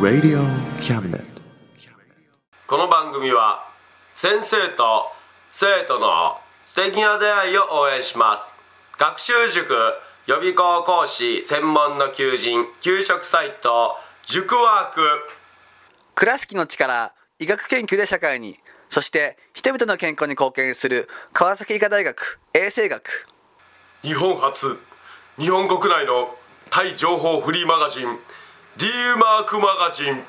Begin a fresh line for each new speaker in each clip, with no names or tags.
Radio Cabinet.
この番組は先生と生徒の素敵な出会いを応援します学習塾予備校講師専門の求人給食サイト塾ワーク
倉敷の力医学研究で社会にそして人々の健康に貢献する川崎医科大学衛生学
日本初日本国内のタイ情報フリーマガジン D マークマガジン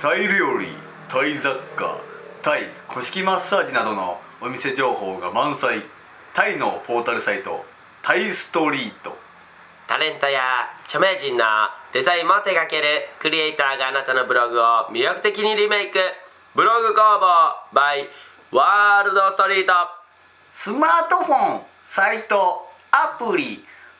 タイ料理タイ雑貨タイ古式マッサージなどのお店情報が満載タイのポータルサイトタイストリート
タレントや著名人のデザインも手掛けるクリエイターがあなたのブログを魅力的にリメイクブログ工房 by ワールドストリート
スマートフォンサイトアプリ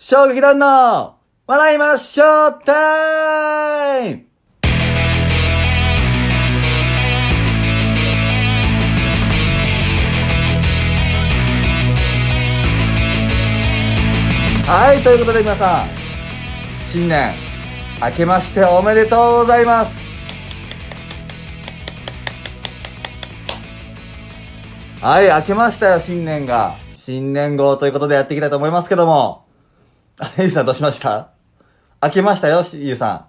衝撃団の笑いましょうタイムはい、ということで皆さん、新年、明けましておめでとうございます。はい、明けましたよ、新年が。新年号ということでやっていきたいと思いますけども。あれ、ゆうさんどうしました明けましたよ、しゆうさん。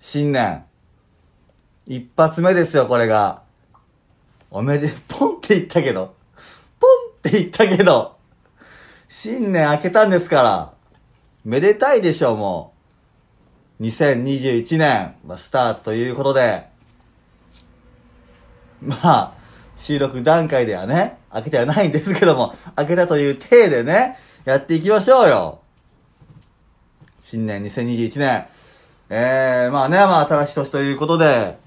新年。一発目ですよ、これが。おめで、ポンって言ったけど。ポンって言ったけど。新年明けたんですから。めでたいでしょう、もう。2021年、まあ、スタートということで。まあ、収録段階ではね、明けてはないんですけども、明けたという体でね、やっていきましょうよ。新年2021年。えー、まあね、まあ新しい年ということで、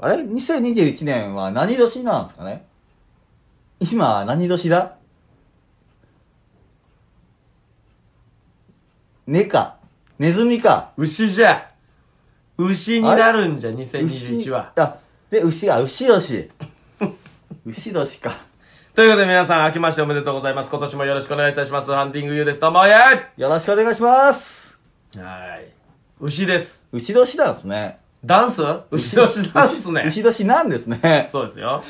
あれ ?2021 年は何年なんですかね今、何年だねか。ネズミか。
牛じゃ牛になるんじゃ2021は
牛あ、で、牛が、牛 年。牛年か。
ということで皆さん明けましておめでとうございます今年もよろしくお願いいたしますハンティングユーですどうもイエ
よろしくお願いします。
イはい牛です
牛年なんですね。
ダンス牛年ダンスね
牛年なんですね。
そうですよ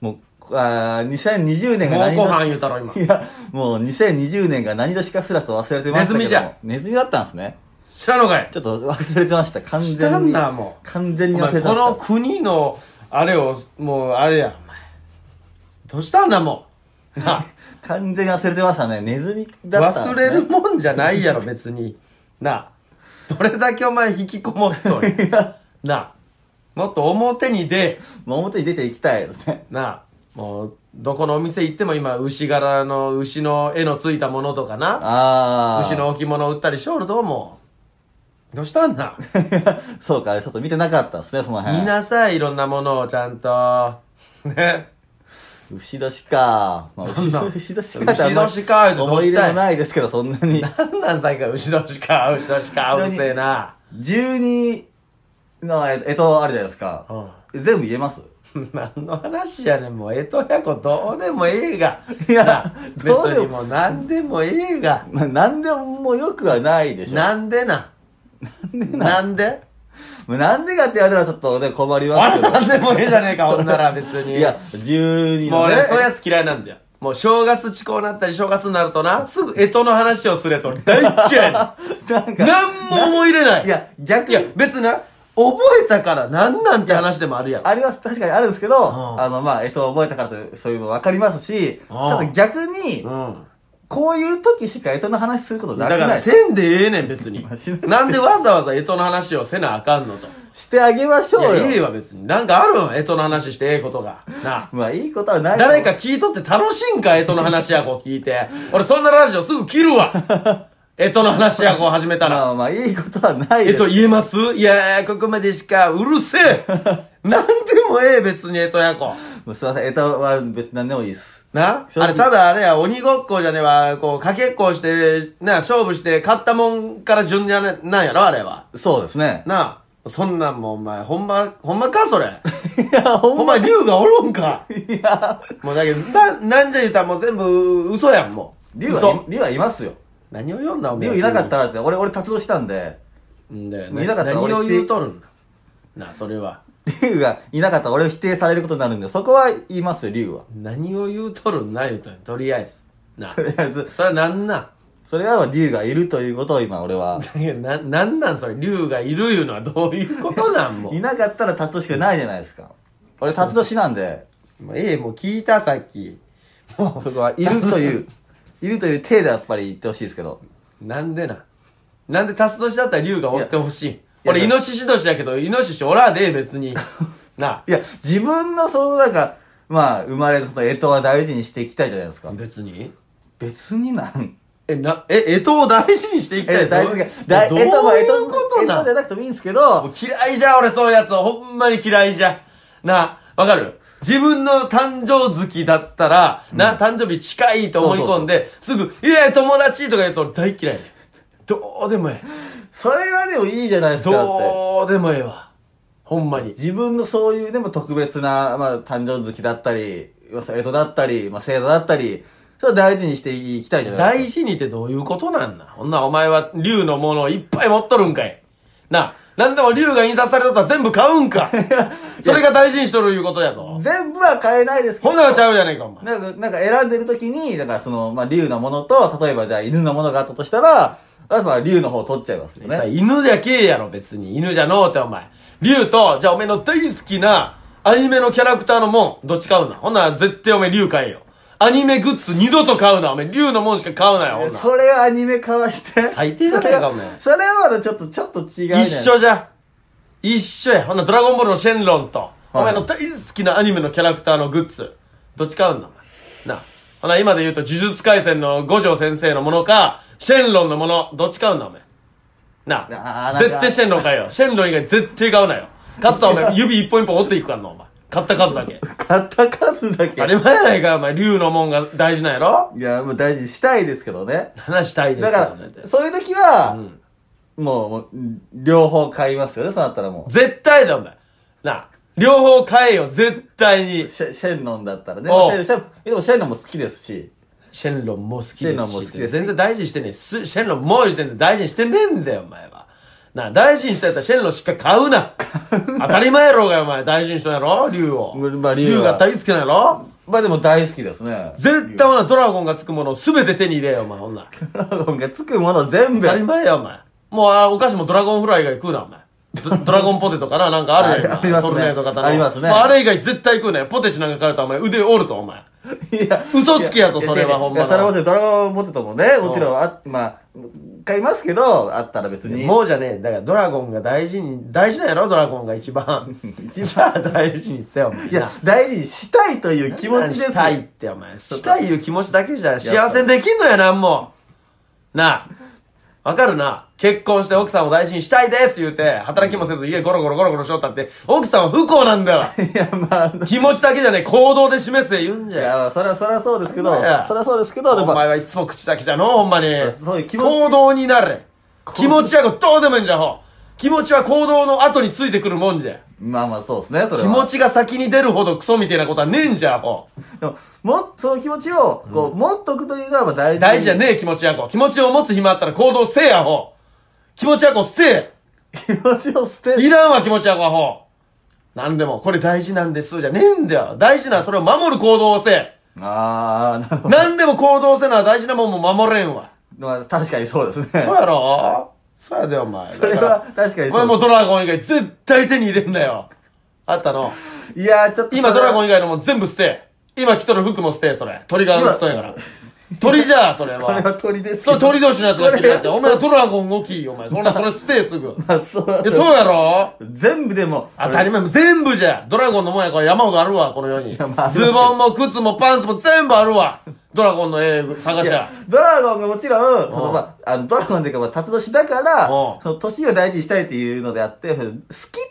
もう、あー2020年が
もう
何
ご飯
年
言うたろ今
いや、もう2020年が何年かすらと忘れてまし
ネズ
たけども。
ミじゃん
ネズミだったんですね。
知らんのかい
ちょっと忘れてました。完全に。
したんだもう
完全
お
に忘
前
れてました。
この国のあれをもうあれやお前どうしたんだも うなあ
完全に忘れてましたね。ネズミだった
忘
んです、ね。
れるもんじゃないやろ別に なあどれだけお前引きこもっとる
いや、
なあもっと表に出え
もう表に出ていきたいですね。
なあもうどこのお店行っても今牛柄の牛の絵のついたものとかな
あー。
牛の置物売ったりしょるどうもどうしたんだ
そうか、ちょっと見てなかったですね、その辺。
見なさいいろんなものをちゃんと ね
牛年か。まあ、
なんなん
牛年かってあんまり
牛年かってどうしたい
思い入れもないですけど、そんな に。
なんなんさっきから牛年か牛年かうるせえな
12の、ええと、あるじゃないですか。全部言えます
うん何の話やねんもうえとやこどうでもええが
いや
なあ別
どうでも
にもう何でもええが
まあ、なんでもよくはないでしょ。な
なんでななんで
なんでかって言われたらちょっとね、困りま
あ
す
れ
け
な
ど。
んでもええじゃねえか、女ら別に。
いや、12
もう
のね。
俺、そういうやつ嫌いなんだよ。もう正月遅行になったり、正月になるとな、すぐ干支の話をするやつ俺大っ嫌いな
なん
の。
か、
なんも思い入れない。
いや、逆
いや、
に
別にな、覚えたからなんなんて話でもあるやん。
あります、確かにあるんですけど、
ん
あの、まあ、えっと、覚えたからと、そういうの分かりますし、ただ逆に、
うん。
こういう時しかえとの話することな
だ
く
か
な
ら、
い。
せんでええねん、別 に
まあしなく。て
なんでわざわざ干支の話をせなあかんのと。
してあげましょ
いう
よ。
や、ええわ、別に。なんかあるん、干支の話してええことが。なあ。
まあ、いいことはない。
誰か聞いとって楽しいんか、えとの話やこう聞いて。俺そんなラジオすぐ切るわ。えとの話や、こう始めた
ま
ら。
あまあ、いいことはない
え
です。
と言えますいやー、ここまでしか、うるせ えなんでもええ、別にえとやこ。
もうすいません、えとは別に何でもいいです。
な
正
あ
直
れ、ただあれや、鬼ごっこじゃねえわ、こう、かけっこをして、な、勝負して、勝ったもんから順にゃな、なんやろ、あれは。
そうですね。
なあ、そんなんもうお前、ほんま、ほんまか、それ。
いや、
ほ
ほん
ん
ま
ま、
に。
竜がおるん か。
いや、
もうだけど、な、なんじゃ言うたらもう全部、嘘やん、もう。
竜
嘘
は、竜はいますよ。
何を読んだ、お前。
竜いなかったらって、俺、俺活動したんで、
急に。うんだよ
いなかったら
何
俺
を言うとるんだ。なあ、それは。
竜がいなかったら俺を否定されることになるんで、そこは言いますよ、竜は。
何を言うとるんな、言うとんとりあえず。 なあ
とりあえず、
それはなんなん
それは竜がいるということを今俺は。
だけどな、なんなんそれ、竜がいるいうのはどういうことなんも う
い。なかったら達年しかないじゃないですか。俺達年なんで、
もうええ、もう聞いたさっき。も
そこはいる という、いるという体でやっぱり言ってほしいですけど。
う、なんでな。なんでタス年だったら竜が追ってほしい。
や
俺、イノシシ年やけど、イノシシおらんでええ、別 に。ない
や、自分のそのなんか、まあ、生まれのその干支は大事にしていきたいじゃないです
あ。
か。
別に
別になん。
え、な、え、えとを大事にしていきた
え、
い。
大
ど
事
う
に。大
どう
干支の
い
干支
うこと
干
な
支
ん
じゃなくてもいいんですけ
もう
ど、
嫌いじゃ、俺そういうやつは。ほんまに嫌いじゃ。な、わかる自分の誕生月だったら、な、誕生日近いと思い込んで、すぐ、いや、友達とか言うやつ俺大嫌い。どうでもえ
それはでもいいじゃないで
え。
すかって。
どうでもええわ。ほんまに。
自分のそういうでも特別な、まあ、誕生月だったり、まあ干支だったり、まあ、制度だったり、それを大事にしていきたいじゃないですか。
大事にってどういうことなんなほんならお前は竜のものをいっぱい持っとるんかい。な、なんでも竜が印刷されとったら全部買うんか。それが大事にしとるいうことやぞ。
全部は変えないですけど。
ほんならちゃうじゃねえか、お前。
なんか、なんか選んでる時に、だからその、まあ、竜のものと、例えばじゃあ犬のものがあったとしたら、やっぱ竜の方を取っちゃいますよ
さ
ね。
犬じゃけえやろ、別に。犬じゃのうて、お前。竜と、じゃあおめえの大好きな、アニメのキャラクターのもん、どっち買うな。ほんなら絶対おめえ竜買えよ。アニメグッズ二度と買うな。おめえ竜のもんしか買うなよ、ほんなら
それはアニメ化はして。
最低じゃねえかお前
それはまだちょっと、ちょっと違うじゃない。
一緒じゃ。一緒や。ほんならドラゴンボールのシェンロンと、お前の大好きなアニメのキャラクターのグッズ、どっち買うんだ、お前。なあ。ほな、今で言うと、呪術廻戦の五条先生のものか、シェンロンのもの、どっち買うんだ、お前。なあ。
あーなんか
絶対シェンロン買えよ。シェンロン以外絶対買うなよ。勝つとお 前、指一本一本折っていくからな、お前。買った数だけ。
買った数だけ。
当たり前やないか、お前。竜のもんが大事なんやろ
いや、もう大事にしたいですけどね。
話したいです
だ
けど
か
ね
ら、そういう時は、もうもう、両方買いますよね、そうなったらもう。
絶対だ、お前。なあ。両方買えよ、絶対に。
シェシェンロンだったらね。
おう
シェンシェンでもシェンロンも好きですし。
シェンロンも好きですし
シェンロンも好きです
全然大事にしてねえ。すシェンロンもう全然大事にしてねえんだよ、お前は。なあ、大事にしたやったらシェンロンしっかり買うな。当たり前やろうがよ、お前。大事にしとんやろ竜を。
まあ竜は
が大好きなんやろ
まあでも大好きですね。
絶対ほな、ドラゴンがつくものを全て手に入れよ、お前、ほんなら。
ドラゴンがつくもの全部
当。たり前や、お前。もう、あお菓子もドラゴンフライ以外食うな、お前。ドドラゴンポテトかななんかあるやん。
あありますね
トルネード型の。
ありますね
もうあれ以外絶対食うなよ。ポテチなんか買うと、お前、腕折ると、お前。
いや
嘘つきやぞ
い
それはい
や
ほんまの
いやそれこそドラゴンポテトもね、もちろんあ、まあ、買いますけど、あったら別に。
もうじゃねえ。だからドラゴンが大事に、大事なんやろドラゴンが一 番。一番大事にせよ、お前。
いや、大事にしたいという気持ちですよ。
したいって、お前。したいいう気持ちだけじゃ幸せにできんのや、なんも。なあ。わかるな。結婚して奥さんを大事にしたいです言うて、働きもせず家ゴロゴロゴロゴロしよったって、奥さんは不幸なん だよ。
いや、まあ、
気持ちだけじゃねえ、行動で示せ言うん
い
じゃ。
や、そりゃ、そりゃそうですけど、
ほん
そり
まや
ゃそうですけど、で
お
も、
前はいつも口だけじゃのう、ほんまに。
そういう気持ち
行動になれ。気持ちはどうでもいいんじゃ、ほう。気持ちは行動の後についてくるもんじゃ。
まあまあそうですね、それは。
気持ちが先に出るほどクソみたいなことはねえんじゃほ
でも、も、その気持ちを、こう、持っとくというのはまあ大事。
大事じゃねえ気持ちやこ気持ちを持つ暇あったら行動せえやほ気持ちやこ捨て
気持ちを捨て
いらんわ気持ちやこほなんでもこれ大事なんですじゃねえんだよ大事なのはそれを守る行動をせえ
あー、なるほど。
なんでも行動せな大事なもんも守れんわ
まあ、確かにそうですね。
そうやろそうやでお前
それ
だから
は確かにそうです
お前もうドラゴン以外絶対手に入れんなよあったの
いやー、ちょっと。
今ドラゴン
ン、
以外のもん全部捨て今着とる服も捨てそれ鳥が映っとんやから鳥じゃあ、それは。
これは鳥です
そう、鳥同士のやつが切るやつよ。お
これ
前ドラゴン動きいいよ、お前。そんな、それ捨てえ すぐ。
あそう
いや、そうやろ
全部でも
当たり前、全部じゃ。ドラゴンのもんやから山ほどあるわ、この世に。
まあ
ズボンも靴もパンツも全部あるわ。ドラゴンの絵探しゃ。
ドラゴンがもちろん、そのまあ、あのドラゴンっていうか、まあ、辰年だから、
うん
その年を大事にしたいっていうのであって、好き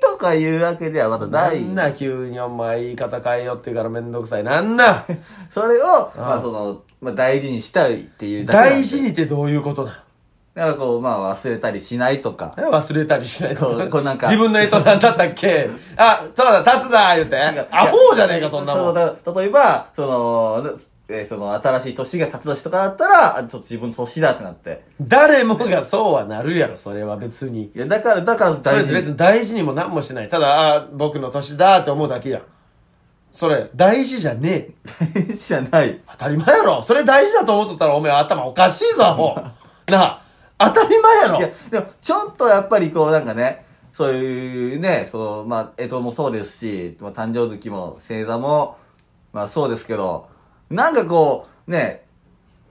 とかいうわけではまだな。
ないんな急にお前言い方変えようって言うからめんどくさい。なんな
それを、まあその、まあ大事にしたいっていうだけなんで
大事。にってどういうことな
だからこう、まあ忘れたりしないとか。
の忘れたりしない
ことうこうなんか
自分の絵となんだったっけあ、そうだ、立つだ言うて。アホじゃねえか、そんなも。
そうんだ例えば、その、えーその新しい年が辰年とかだったら、あちょっと自分の年だってなって。
誰もがそうはなるやろ、それは別に。
いや、だから、だから
それ
大事
別に
に。
大事にも何もしてないただあー僕の年だって思うだけやんそれ大事じゃねえ
大事じゃない。
当たり前やろそれ大事だと思っとったらお前頭おかしいぞアホなあ当たり前やろ
いや、でも、ちょっとやっぱりこう、なんかね、そういうね、その、まあ、江戸もそうですし、まあ、誕生月も星座も、まあ、そうですけど、なんかこう、ね、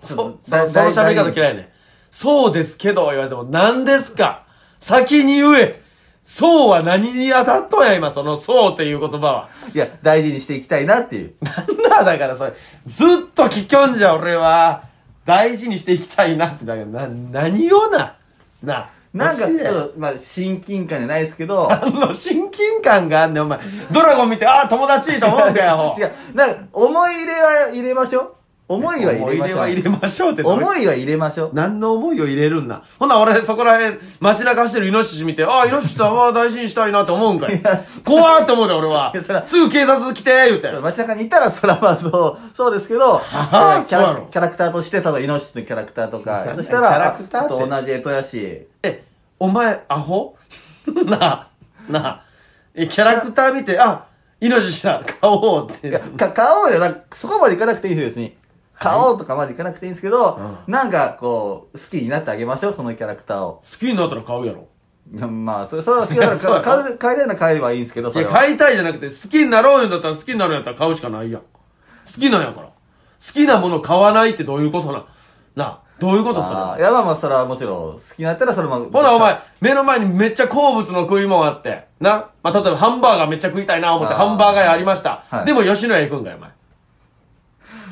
ちょ
そ
っと
そのその喋り方嫌
い。
いねそうですけど言われても何ですか先に言えそうは何に当たっとんや今そのそうっていう言葉はい
や、大事にしていきたいなっていう。
なんだだからそれずっと聞きょんじゃ俺は大事にしていきたいなってだけどな何をなな
なんか、
教えて
ちょっと、まあ、親近感じゃないですけど、
あの親近感があんねん、お前。ドラゴン見て、ああ、友達いいと思うん かよ、ほ
違う、なんか、思い入れは入れましょう。思いは入
思
れましょう。
い入れは入れましょうってどういう
思いは入れましょう。
何の思いを入れるんだ。ほな、俺、そこら辺、街中走ってるイノシシ見て、ああ、イノシシだ、ああ、大事にしたいなって思うんかい。怖ーって思うで、俺はい
やそら。
すぐ警察来て、言うて。
街中にいたらそらまあそう、そうですけど、
はあ
キャ
そう
ラ
なの
キャラクターとして、ただイノシシのキャラクターとか、そした
キャ
ら、
ラ
あ
ク
ち
ター
ょ
っ
ってと同じ江戸やし、
え、お前、アホ なあ、なあ。え、キャラクター見て、あ、イノシシだ、買おうっ
い
て
や。か買おうよ、なんかそこまでいかなくていいですよ、別に。買おうとかまでいかなくていいんですけど、なんかこう、好きになってあげましょう、そのキャラクターを。
好きになったら買うやろ。
まあ、それ、それは好きだ
いや そう
か
よ
ら、買う、買えないなら買えばいいんですけど、
い
それ
や、
は。
買いたいじゃなくて、好きになろうよんだったら好きになるんやったら買うしかないやん。好きなんやから。好きなもの買わないってどういうことなんなあ、どういうことそれ
あー
は。
いや、まあまあ、それはもちろん、好きになったら、それも。
ほら、お前、目の前にめっちゃ好物の食い物あって。な。まあ、例えばハンバーガーめっちゃ食いたいな思って、
あー
ハンバーガー屋ありました。
はい
でも、吉野家行くんかい、お前。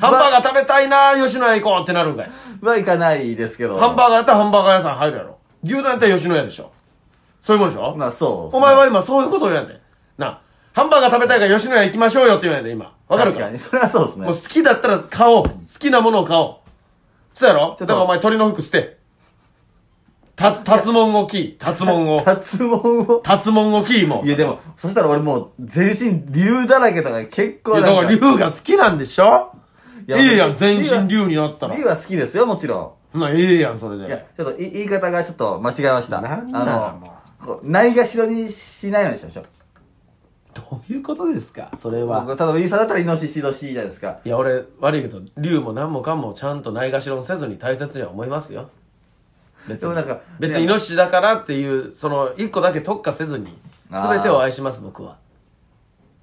ハンバーガー食べたいな吉野家行こうってなるんかい。
は行かないですけど。
ハンバーガーやったらハンバーガー屋さん入るやろ。牛丼やったら吉野家でしょ。そういうもんでしょ
まあ、そう。
お前は今そういうことを言うんやで。な。ハンバーガー食べたいから吉野家行きましょうよって言うんやで、今。わかる
確
か
かに、それはそうですね
もう。好きだったら買おう。好きなものを買おう。そうやろ
ち
だ
ょっ
か
と
らお前鳥の服捨て。たつ、たつもんをキー。たつもんを。
脱毛を。
たつもんをキーもう。
いやでも、そしたら俺もう全身竜だらけとか結
い
構
や、
な
だ
ん
か
から竜
竜が好きなんでしょ
い
え
や
えやん、
僕
全身竜になったら。
は好きですよ、もちろ
な、ええやん、それ
ん。いや
で。、
ちょっとい言い方がちょっと間違えました。
なんなのも
あの、こうないがしろにしないようにしましょう。
どういうことですかそれは。
僕、ただ、ウィーサーだったらイノシシ年じゃないですか。
いや、俺、悪いけど、竜も何もかもちゃんとないがしろにせずに大切には思いますよ。別
でも
に
なんか。
別にイ
いや
ノシシだからっていうその一個だけ特化せずに
あー
全てを愛します僕は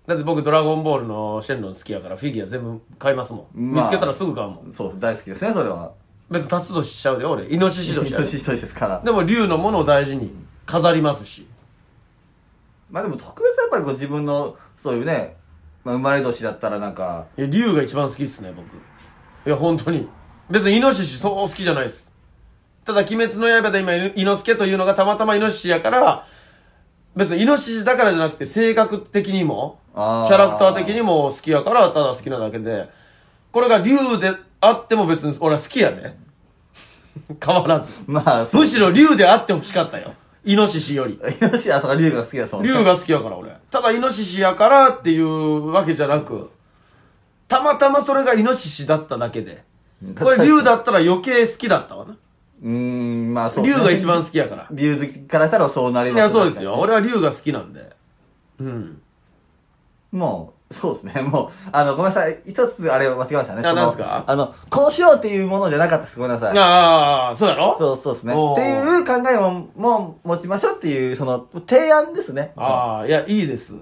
だって僕ドラゴンボールのシェンロン好きやからフィギュア全部買いますもん、
まあ
見つけたらすぐ買うもん
そう、大好きですね、それは。
別にタツ年しちゃうで俺イノシシ
イノ
年やで
シシ年ですから。
でも竜のものを大事に飾りますし
まあでも、特別やっぱりこう自分の、そういうね、まあ、生まれ年だったらなんか、
いや竜が一番好きっすね僕いや本当に別にイノシシそう好きじゃないですただ「鬼滅の刃」で今イノイノスケというのがたまたまイノシシやから別にイノシシだからじゃなくて性格的にもキ
あー
ャラクター的にも好きやからただ好きなだけでこれが竜であっても別に俺は好きやね変わらず
まあ、そう
むしろ竜であってほしかったよイノシシより
イノシシ、あ、そうか、竜が好きだそう
竜が好きやから俺ただイノシシやからっていうわけじゃなくたまたまそれがイノシシだっただけでこれ竜だったら余計好きだったわな
うーん、まあそうで
竜
すね。
が一番好きやから
竜好きからしたらそうなり
い
ます
やそうですよ。俺は竜が好きなんでうん
もう、そうですね。 もう、あの、ごめんなさい。一つあれを間違えましたね。
あ
その
なんすか
あの、こうしようっていうものじゃなかったです。ごめんなさい。
ああそうやろ
そうそうですね。
おー
っていう考えも、もう持ちましょうっていう、その、提案ですね。
ああいやいいです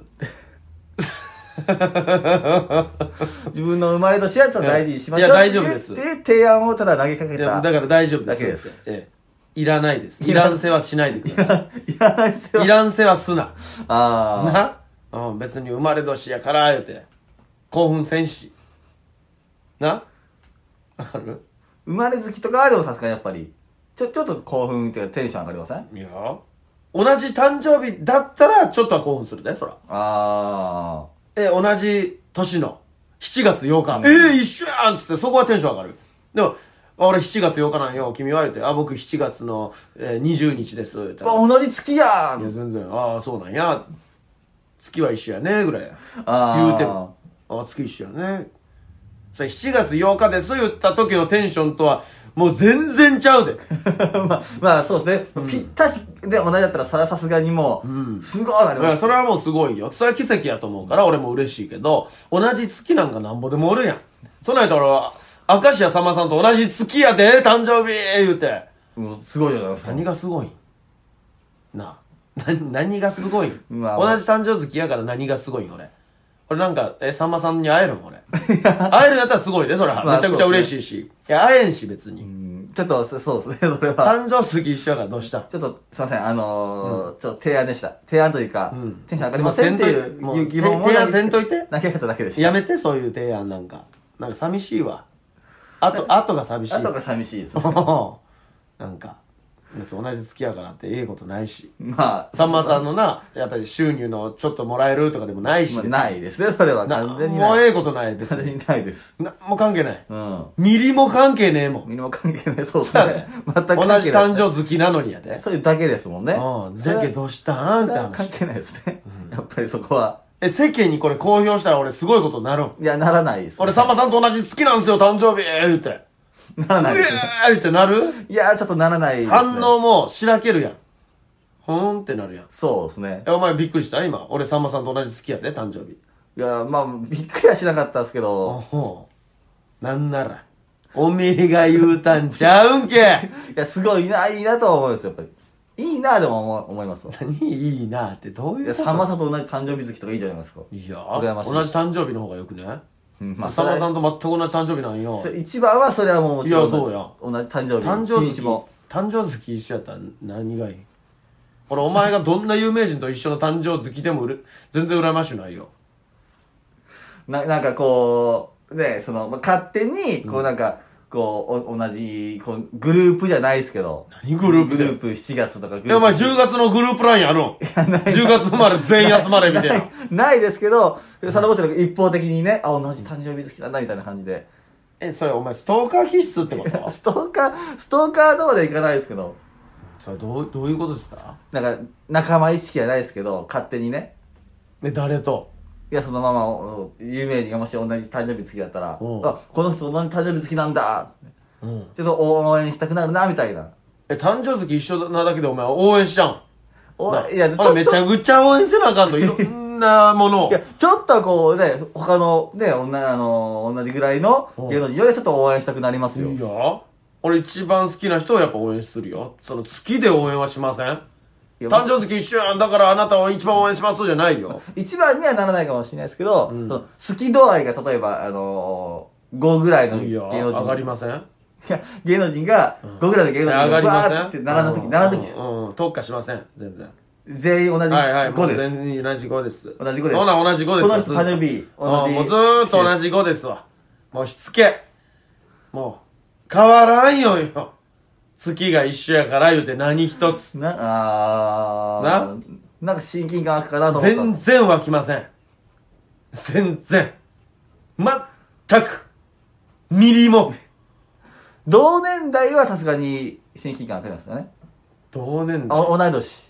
自分の生まれ年やつは大事にしましょう。
いや大丈夫です
っていう提案をただ投げかけ
いや
た。
だから大丈夫です
だけです
ええいらないですいらんせはしないでくださ
いや、ないっす よ
いいらんせはすな
あ
な、うん、別に生まれ年やから言うて興奮せんしなわかる
あ。生まれ好きとかはでもさすがにやっぱり、ちょ、ちょっと興奮っていうかテンション上がりません
いや同じ誕生日だったらちょっとは興奮するねそら
あ
え同じ年の7月8日、ええ一緒やんっつってそこはテンション上がるでもあ俺7月8日なんよ君は言うてあ僕7月の、えー、20日です言うて
ー。うわ、同じ月や
い
ん
や全然ああそうなんや月は一緒やねぐらい
あー
言うてもああ月一緒やねそれ7月8日です言った時のテンションとはもう全然ちゃうで
まあ、まあそうですね。ぴったしで同じだったら、それはさすがにもう、すごいなり
いや
ます。
それはもうすごいよそれは奇跡やと思うから俺も嬉しいけど同じ月なんかなんぼでもおるやんそんなんやったら俺は明石家さんまさんと同じ月やで誕生日言うて
もうすごいじゃないですか。
何がすごいんなあな何がすごいん、
まあまあ
同じ誕生月やから何がすごいん俺俺なんかえさんまさんに会えるん俺 会えるんやったらすごいねそら、
まあ
めちゃくちゃ嬉しいし、いや会えんし別に、
うんちょっと、そそうですね、それ は。
誕生月一緒やからどうしたん
ちょっと、すいません、あのーちょっと提案でした。提案というか、テンション上がりませんっていう
もうせんとい
疑疑問を
もう提案せんといて
投げかけただけでした。
やめてそういう提案なんかなんか寂しいわあとあとが寂しい
あとが寂しい です。
なんか別に同じ月やからってええことないし
まあ、
さんまさんのなやっぱり収入のちょっともらえるとかでもないし、
まあないですね、それは。
な
完全に
もうえ
ない。
えことない別
完
に
全 にないです。
何も関係ない
うん。
ミリも関係ねえもん
身も関係ない、そうです
そうや
ね
ね。
全く関係な
同
い。
じ誕生好きなのにやで
そういうだけですもんね。
うんじゃけどうしたんって
関
話
係ないですね。やっぱりそこは。
え世間にこれ公表したら俺すごいことになるん
いや、ならないです、
俺さんまさんと同じ月なんすよ誕生日言うて
なら
う
な
え
いです。
ーってなる
いや、ちょっとならないです、ね。
反応もしらけるやんほーんってなるやん
そうですね
え。お前びっくりした今俺さんまさんと同じ月やで誕生日
いや、まあ、びっくりはしなかったですけ
お
ど、
ほうなんならおめえが言うたんちゃうんけ
いや、すごいな、いいなとは思います、やっぱり。いいな、でも思思 いますわ。
何いいなってどう
い
いう
や、
こと
さんまさんと同じ誕生日好きとかいいじゃないですか。
いや
羨ましい
同じ誕生日の方がよくね
うん
まあ、さんまさん
と。
と全く同じ誕生日なんよ
それ一番は、それはもう、もちろん
いやそうや
同じ誕生日。
誕生
日に
月
ちも。
誕生月一緒やったら何がいい俺お前がどんな有名人と一緒の誕生月でもうる全然羨ましくないよ
な、なんかこう、ね、その、まあ、勝手に、こうなんか、こう、お同じ、こう、グループじゃないですけど。
何グループ
グ
で
ループ7月とかグループ。
えお前10月のグループラインやるん10月生まれ全員集まれみたいな
ないですけど、それこそ一方的にね、あ、同じ誕生日好きだな、みたいな感じで。
えそれお前ストーカー気質ってこと
ストーカー、ストーカーとまではいかないですけど、
それどうどういうことですか
なんか、仲間意識はないですけど、勝手にね。
え誰と
いや、そのまま、お有名人がもし同じ誕生日好きだったら、あ、
うん
この人同じ誕生日好きなんだ、
うん
ちょっと応援したくなるな、みたいな。
え誕生月一緒なだけでお前応援しちゃうん
お
ない
や、ち
お
ょ
いめ
っ
ち
と、
ゃ
い
くちゃ応援せなあかんといろんなものを
や、ちょっとこうね、他のね、女、あの、同じぐらいの
うん
芸能人よりちょっと応援したくなりますよ。
いや俺一番好きな人をやっぱ応援するよその月で応援はしません
いや
誕生月一緒やんだからあなたを一番応援しますじゃないよ
一番にはならないかもしれないですけど、その好き度合いが例えば、あのー、5ぐらいの
い
芸
や
能人。
上がりません
いや、芸能人が、5ぐらいの芸能人
上
が
がりません
バーって並んだ時、並んだ時です
うん、うん、特化しません全然
全員同じ
はいはいも
5
う
です。
全然同じ5です
同じ5です
ほな同じ5です
この人誕生日
うん
同じ
もうずーっと同じ5ですわもうしつけもう変わらんよよ月が一緒やから言うて何一つ
な、あー。なんか親近感あくかなと思った。
全然湧きません全然全くミリも
同年代はさすがに親近感あくりますよね。
同年代
あ同い年。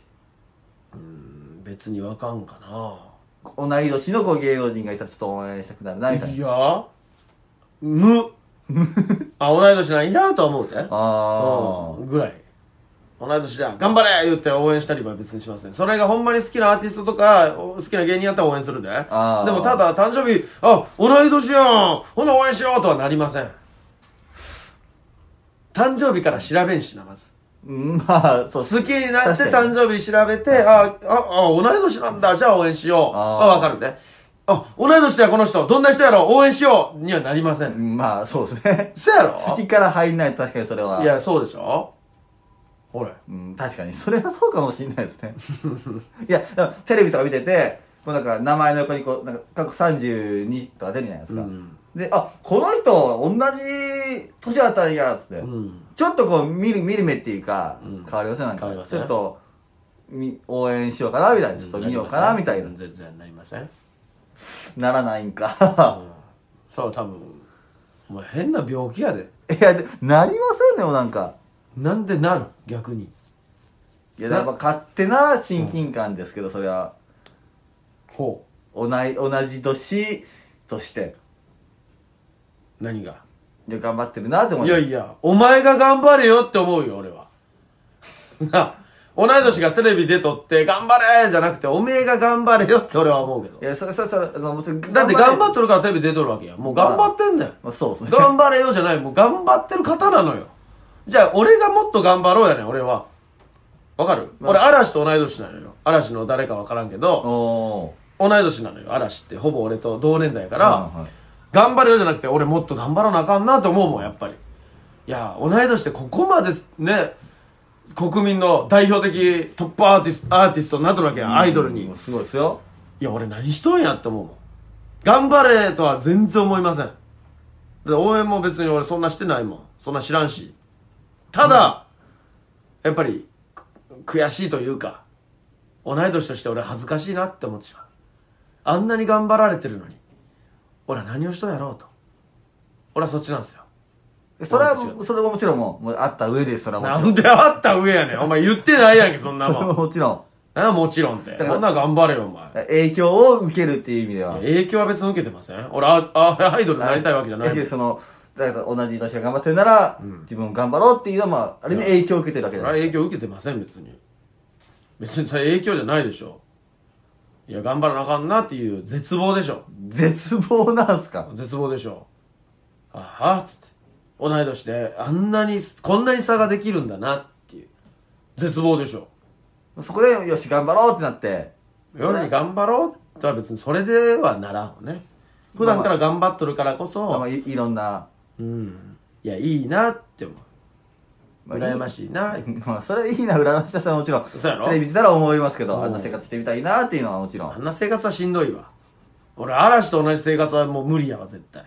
別にわかんかな
同い年のこう芸能人がいたらちょっと応援したくなるな、みたい
い
な。
や 無あ同い年なんやとは思うで
あ
うんぐらい同い年だ頑張れ言って応援したりは別にしませんそれがほんまに好きなアーティストとかお好きな芸人やったら応援するでで
あー
もただ誕生日あ同い年やんほな応援しようとはなりません誕生日から調べんしなまず
ー。うんまあ、そう。
好きになって
確かに
誕生日調べてあああ同い年なんだじゃあ応援しよう
あー
あ分かるねあ、同い年だよこの人。どんな人やろ応援しようにはなりません。
まあ、そうですね。
そうやろ
口から入んないと確かにそれは。
いや、そうでしょほら。
うん、確かに。それはそうかもしれないですね。いや、でもテレビとか見てて、こうなんか名前の横にこう、なんか過去32とか出るじゃないですか。
うん
で、あ、この人、同じ年あたりや、つって。
うん。
ちょっとこう、見る、見る目っていうか、
うん
変わりませんなんか、
変わります
ち
ね
ょっと、み応援しようかな、みたいな。ちょっと見ようかな、みたいな
う。ん全然なりません。
ならないんか。
そう、多分。お前変な病気やで。
いや、でなりませんね、もうなんか。
なんでなる逆に。
いや、やっぱ勝手な親近感ですけど、それは。
ほ
同い、同じ年として、
う。何が
いや頑張ってるなって思
い
いま
や
す。
いや、お前が頑張れよって思うよ、俺は。な、 同い年がテレビ出とって、頑張れじゃなくて、おめえが頑張れよって俺は思うけど
い。や、そ、そ、そ、そもちろん
だって頑張
っ
ってるからテレビ出とるわけや。もう頑張ってんだよ。
まあ、そうですね。
頑張れよじゃない、もう頑張ってる方なのよ。じゃあ、俺がもっと頑張ろうやねん、俺は。わかる、
まあ
俺、嵐と同い年なのよ。嵐の誰かわからんけど、
おー。
同い年なのよ、嵐って。ほぼ俺と同年代やから、
はいはい
頑張れよじゃなくて、俺もっと頑張らなあかんなと思うもん、やっぱり。いや、同い年でここまでね、国民の代表的トップアーティスト、アーティストになっとるわけや、アイドルに。
もう
い
すごいですよ。
や、俺何しとんやって思うもん。頑張れとは全然思いません。で応援も別に俺そんなしてないもん。そんな知らんし。ただ、やっぱり、く悔しいというか、同い年として俺恥ずかしいなって思ってしまう。あんなに頑張られてるのに、俺は何をしとんやろうと。俺はそっちなんですよ。
それは
もちろ、ん
それももちろんもう、もうあった上です、それはも
な
ちろ
ん
ん。
であった上やねん。お前言ってないやんけ、そんな
それ
も
も
ん。
もちろん。
なんやもちろんって。
から
そんな頑張れよ、お前。
影響を受けるっていう意味では。
影響は別に受けてません。俺、ああアイドルになりたいわけじゃないもん。
その、だから同じ年が頑張ってるなら、自分も頑張ろうっていうのは、まあ、ある意味影響を受けてるわけ
そ
じ
れ
ゃな
はい影響受けてません別に別にそれ影響じゃないでしょいや頑張らなあかんなっていう絶望でしょ
絶望なんすか
絶望でしょああっつって同い年であんなにこんなに差ができるんだなっていう絶望でしょ
そこで、よし、頑張ろうってなって。
よし頑張ろうとは別にそれではならんわね普段から頑張っとるからこそ、
まあ、いいろんな、
うんいやいいなって思う
まあいい
羨ましいな
まあ、それはいいな、裏の下さんはもちろん。
そうやろ
テレビ見てたら思いますけど、
うん
あんな生活してみたいなっていうのはもちろ
あ
ん。
んな生活はしんどいわ。俺、嵐と同じ生活はもう無理やわ、絶対。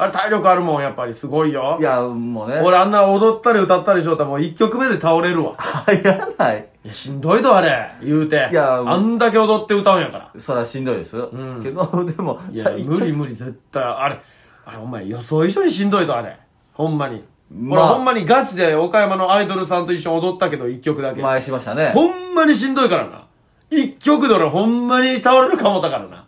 あれ、体力あるもん、やっぱり、すごいよ。
いや、もうね。
俺、あんな踊ったり歌ったりしようたらもう一曲目で倒れるわ。
流行らない。
いや、しんどいぞ、あれ。言うて。
いや
あんだけ踊って歌うんやから。
そりゃしんどいです。
ん
けど、でも、
いや、
最近
無理無理、絶対。あれ、あれ、お前、予想以上にしんどいぞ、あれ。ほんまに。
まあ
俺、ほんまにガチで岡山のアイドルさんと一緒に踊ったけど、一曲だけ。
前しましたね。
ほんまにしんどいからな。一曲で俺ほんまに倒れるかもだからな。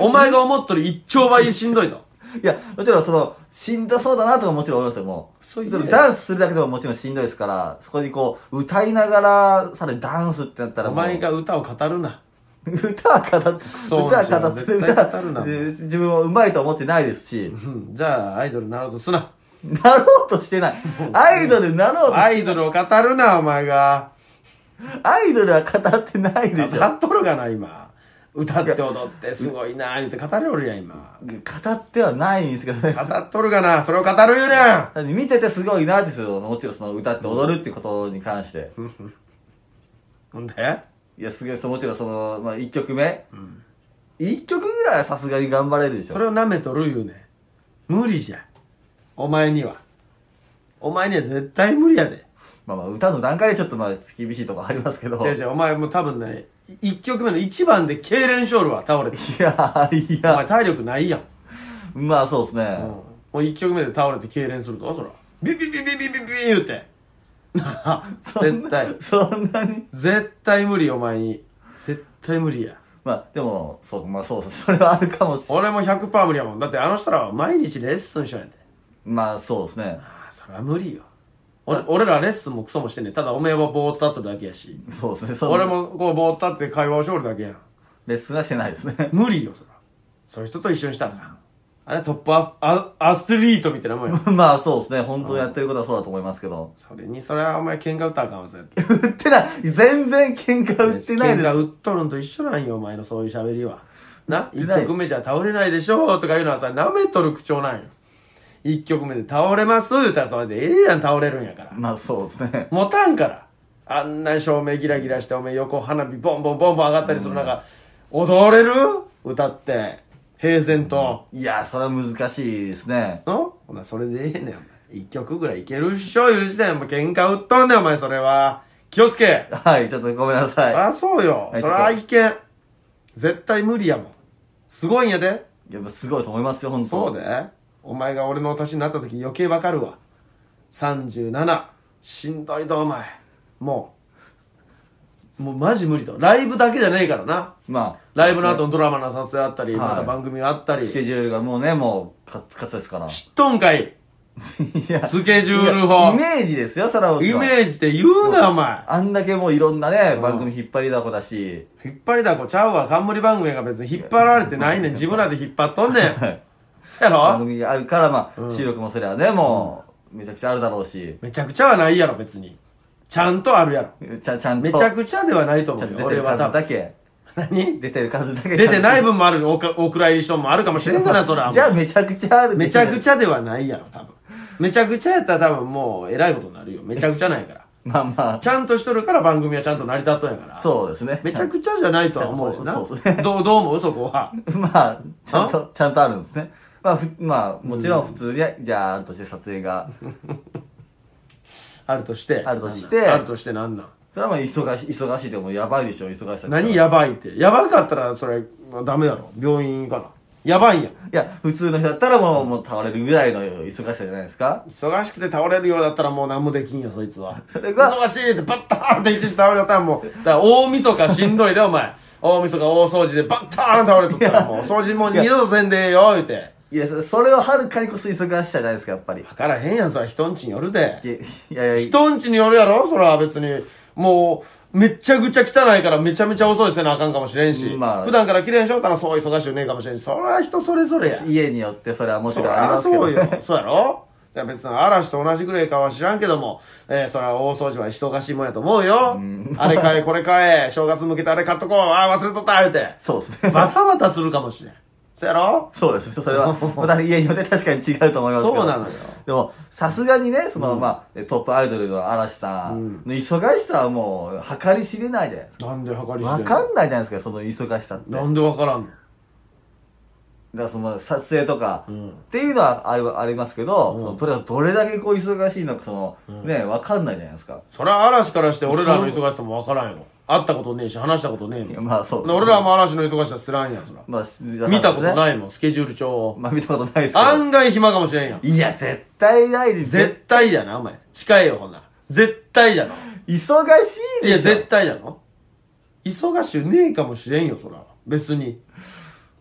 お前が思っとる一丁倍しんどいと。
いや、もちろんその、しんどそうだなとかもちろん思いますよ、もう。
そういう
そ
ね
のダンスするだけでももちろんしんどいですから、そこにこう、歌いながら、さらにダンスってなったら
お
もう。
前が歌を語るな。
歌は語って、歌
そう
は語って、
絶対
歌は
語るな
で自分は上手いと思ってないですし、
うん、じゃあアイドルなろうとすな。
なろうとしてない。アイドルなろうと
ア
し
イドルを語るな、お前が。
アイドルは語ってないでし
語
ょ。
っとるがな、今。歌って踊ってすごいな、言うて語りおるやん、今。
語ってはないんですけどね。
語っとるがな、それを語る言うな。
だって見ててすごいなですよ。もちろんその歌って踊るってことに関して。
ほんで
いや、すごい、そうもちろんその、まあ、1曲目。一1曲ぐらいはさすがに頑張れるでしょ。
それを舐めとる言うねん。無理じゃん。お前には。お前には絶対無理やで。
まあまあ、歌の段階でちょっとまあ、厳しいとこありますけど。
違う違う、お前もう多分ね、い一曲目の一番で痙攣しょるわ、倒れて。
いや、い
お前
や、
体力ないやん。
まあそうですね。
もう一曲目で倒れて痙攣すると、そら。ビビビビビビビビ言うて。なあ、
そん
絶
な
対。
そんなに。
絶対無理、お前に。絶対無理や。
まあ、でも、そう、まあそうです。それはあるかもしれない。
俺も100%無理やもん。だってあの人らは毎日レッスンしないんで。
まあそうですね。
ああ、それは無理よ。俺俺らレッスンもクソもしてんねんただおめえはぼーっと立ってるだけやし。
そうですね。その
俺。もこうぼーっと立って会話をしょるだけやん。
レッスンはしてないですね。
無理よ、そら。そういう人と一緒にしたらあかん。あれはトップアアアスリートみたいなもんや。
まあそうですね。本当にやってることはそうだと思いますけど。
それに、それはお前喧嘩打ったらあかんわ、絶対。
売ってない。全然喧嘩売ってないで
喧嘩
す。
売っとるんと一緒なんよ、お前のそういう喋りは。な、
言
一
ってない
曲目じゃ倒れないでしょうとかいうのはさ、舐めとる口調なんよ。一曲目で倒れます言ったらそれでええやん、倒れるんやから。
まあそうですね。
持たんから。あんな照明ギラギラして、おめえ横花火ボンボンボンボン上がったりする中、踊れる歌って、平然と。
いや、それは難しいですね。
のお前それでええねん、お前。一曲ぐらいいけるっしょ、いう時点で、お前喧嘩売っとんねん、お前それは。気をつけ。
はい、ちょっとごめんなさい。
そりゃそうよ。
はい
そりゃいけん。絶対無理やもん。すごいんやで。
やっぱすごいと思いますよ、本
そ
当
うでお前が俺の年になった時余計わかるわ37しんどいとお前もうもうマジ無理とライブだけじゃねえからな
まあ。
ライブの後のドラマの撮影あったり、
はい
また番組があったり
スケ
知
ジュールがもうね、もう、カツカツですから。
っとんか い
いや
スケジュール法
いやイメージですよ、それは。
イメージで言うなお前
あんだけもういろんなね
う、ん
番組引っ張りだこだし。
引っ張りだこちゃうわ冠番組が別に引っ張られてないねん自分らで引っ張っとんね
は
ん
い
そや
番
ろ
組があるから、ま
う
あ、
ん
収録もそれはね、もう、めちゃくちゃあるだろうし。
めちゃくちゃはないやろ別にちゃんとあるやろ
ちゃちゃんと。
めちゃくちゃではないと
ち
思
ゃん
うよ
と出て
俺
る
は
数
多分
だけ。
何
出てる数だけ。
出てない
分
分もあるおかお蔵入り人もあるかもしれんからそら
じゃあめちゃくちゃある
めちゃく
ゃ。
ちゃではないやろ多分めちゃくちゃやったら多分もうえらいことになるよめちゃくちゃないから
まあま
ちゃんとしとるから番組はちゃんと成り立っとんやか
あ、
ら
そうですね。
めちゃくちゃじゃないとは思うよな
そうそうそうですね
どうどうも嘘子は
まあ、ちゃんと、ちゃんとあるんですね。まあ、ふまあ、もちろん普通に、じゃあ、あるとして撮影が。
あるとして
あるとして
なんなんあるとしてなんなん
それはまあ、忙しい、忙しいってもうやばいでしょ、忙しさ。
何
い
やばいってやばかったらそれまあダメやろ病院かなやばいんや
や、普通の人だったらもう、もう倒れるぐらいの忙しさじゃないですか。
忙しくて倒れるようだったらもう何もできんよそいつは
それが
忙しいってバッターンって一時倒れたらもうさ大晦日しんどいでお前大晦日大掃除でバッターン倒れとったらもう掃除もう二度とせんでええよ言うて
いや、それそれをはるかにこそ忙しさじゃないですか、やっぱり。
分からへんやんそら人んちによるで
いやいやいや、
人んちによるやろそら別にもうめっちゃくちゃ汚いからめちゃめちゃお掃除せなあかんかもしれんし、
まあ
普段から綺麗にしようたらそう忙しいよねえかもしれんしそら人それぞれや
家によってそれはもち
そ
ろん
り
あり
ゃ
ますけ
そうよ
ど。。
そうやろいや別に嵐と同じぐらいかは知らんけども、えー、それは大掃除は忙しいもんやと思うよ。あれ買え、これ買え、正月向けてあれ買っとこう、ああ、忘れとった、言うて。
そうですね。
バタバタするかもしれん。そうやろ
そうですね。それは、また家によって確かに違うと思いますけど。
そうなのよ。
でも、さすがにね、その、まあ、トップアイドルの嵐さんの忙しさはもう、計り知れないじゃないです
なんで測り
か。
して
わ
んの
かんないじゃないですか、その忙しさって。だ
な
か
んでわからんの
らその、撮影とか、
ん
っていうのはありありますけど、その、とりあえずどれだけこう忙しいのか、その、ね、わかんないじゃないですか。
そりゃ嵐からして俺らの忙しさもわからんよ。会ったことねえし、話したことねえ
いや
の。
まあ、そうです
で
ね
俺ら、も嵐の忙しさ知らんやん、そら。
まあ、
見たこと
い。
ないもん、スケジュール帳を。
まあ、見たことないですけど。
案外暇かもしれんやん。
いや、絶対ないです。
絶対じゃな、お前。近いよ、ほんなら。絶対じゃな。
忙しい
い
で
や、
しょ。
絶対じゃの忙しゅうねえかもしれんよ、そら。別に。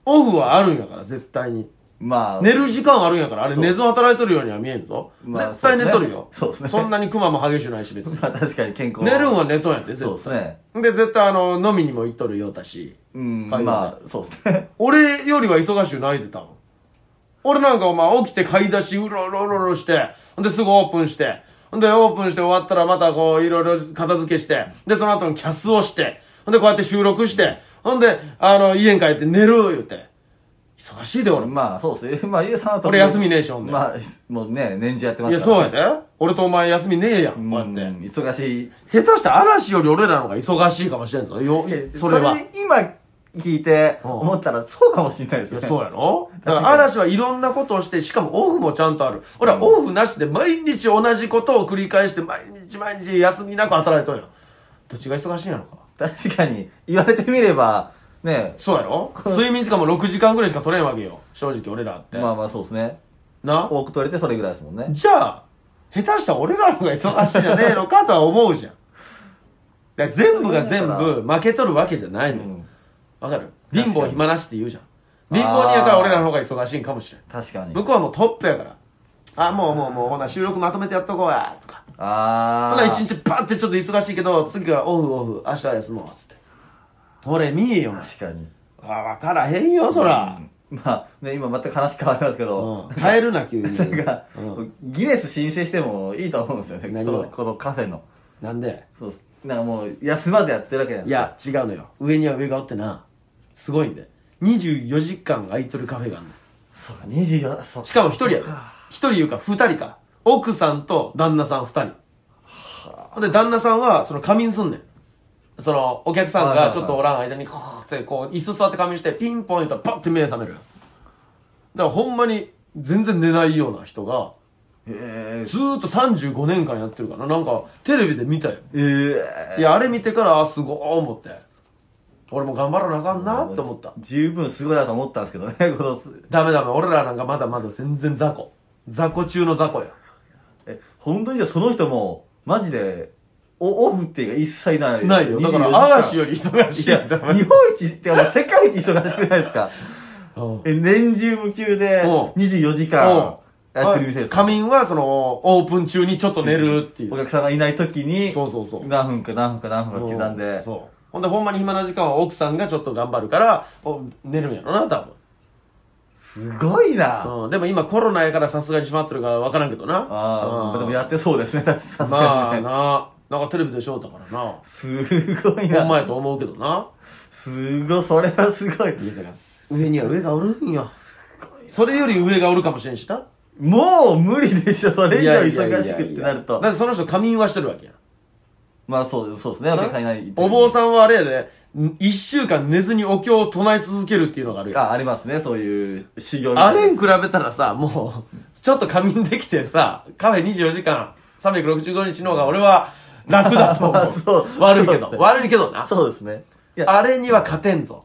オフはあるんやから、絶対に。
まあ、
寝る時間あるんやから、あれ
そう
寝ず働いとるようには見えんぞ。
まあ
絶対寝とるよ。
そうですね
そんなにクマも激しゅうないし、別に。
まあ、確かに健康
寝るんは寝とんやで、絶対。
そうですね。
で、絶対あの、飲みにも行っとるようだし。
うん、
会話で
まあ、そうですね。
俺よりは忙しゅうないでたん。俺なんかお前起きて買い出しうろうろうろうろして、ほんですぐオープンして、ほんでオープンして終わったらまたこういろいろ片付けして、でその後のキャスをして、ほんでこうやって収録して、ほんであの家に帰って寝る言うて。忙しいで俺。
まあ、そうですね。まあ、ゆうさんは
俺休みねえしほんで
まあ、もうね、年次やってま
い
す
や
から
そうや
ね。
で。俺とお前休みねえやん、こうやって。
うん、忙しい。
下手したら嵐より俺らの方が忙しいかもしれんぞ。よ、それは。
今聞いて思ったらそうかもしれないです
い
ね。
や、そうやろだ
だ
か
って
ら嵐はいろんなことをして、しかもオフもちゃんとある。俺はオフなしで毎日同じことを繰り返して、毎日毎日休みなく働いとんやん。どっちが忙しいんやろか。
確かに、言われてみれば、ね、
そうやろ睡眠時間も6時間ぐらいしか取れんわけよ。正直俺らって。
まあまあそうですね。
な
多く取れてそれぐらいですもんね。
じゃあ、下手したら俺らの方が忙しいんじゃねえのかとは思うじゃん。だから全部が全部負けとるわけじゃないの
う
よ
ん。
わかる
確かに
貧乏暇なしって言うじゃん。貧乏人やから俺らの方が忙しいんかもしれん。
確かに。
向こうはもうトップやから。あ、もうもうもう、ほな収録まとめてやっとこうや、とか。
あ
ほ
ー。
な一日パーってちょっと忙しいけど、次からオフオフ、明日は休もう、つって。これ見えよな。
確かに。
あ、わからへんよ、そら。
まあね、今全く話変わりますけ
うん
ど、。
変える な、急に。
なんか、
うん
ギネス申請してもいいと思うんですよね。
何
そ
を
のこのカフェの。
なんで
そうっすなんかもう、休まずやってるわけじゃない
い
ですか。
や、違うのよ。上には上がおってな。すごいんで。 24時間空いとるカフェがあんの
そうか、24、そう
しかも一人やで
そうか。
一人いうか二人か。奥さんと旦那さん二人。で、旦那さんは、その仮眠すんねん。その、お客さん
はいはいは
が
い
ちょっとおらん間に、こーってこう、椅子座って仮眠して、ピンポン言ったらパッて目覚める。だからほんまに、全然寝ないような人が、
えー
ずーっと35年間やってるから、なんか、テレビで見たよ。
えー
いや、あれ見てから、あ、すごー思って。俺も頑張らなあかんなって思った。
十分すごいなと思ったんですけどね、この、
ダメダメ、俺らなんかまだまだ全然雑魚。雑魚中の雑魚よ。
え、本当にじゃあその人も、マジで、おオフっていうか一切ない。
ないよ。だから
24時間
嵐より忙しい
いや、
やん。
日本一ってかもう世界一忙しくないです か
うん
え、年中無休で
うん
24時間やってる店ですか
仮眠はその、オープン中にちょっと寝るってい
お
う。
客さんがいない時に、
そうそうそう。
何分か何分か何分か刻ん
う
で、
そう。ほんで、ほんまに暇な時間は奥さんがちょっと頑張るから、お寝るんやろな、多
すごいな
分。うん。でも今コロナやからさすがに閉まってるからわからんけどな。
あ
う
あ、
ん
でもやってそうですね、確かにね。
まあな。なんかテレビでしょうだからな。
すごい
ほんま
な。
やと思うけどな。
すごい、それはすごい。
いや、だから、上には上がおるんよ。それより上がおるかもしれんしな。
もう無理でしょ、それ以上忙しくって
いやいやいやいや
なると
だ。ってその人仮眠はしてるわけや。
まあそうそうですね、お客さんいない。
お坊さんはあれやで、ん一週間寝ずにお経を唱え続けるっていうのがあるよ。
あ、ありますね、そういう修行みた
あ
いな
れに比べたらさ、もう、ちょっと仮眠できてさ、カフェ24時間、365日の方が俺は楽だと
まあ
思。
そうう
悪いけ
そ
ど
うで、すね
悪いけどな。
そうですね。いや、
あれには勝てんぞ。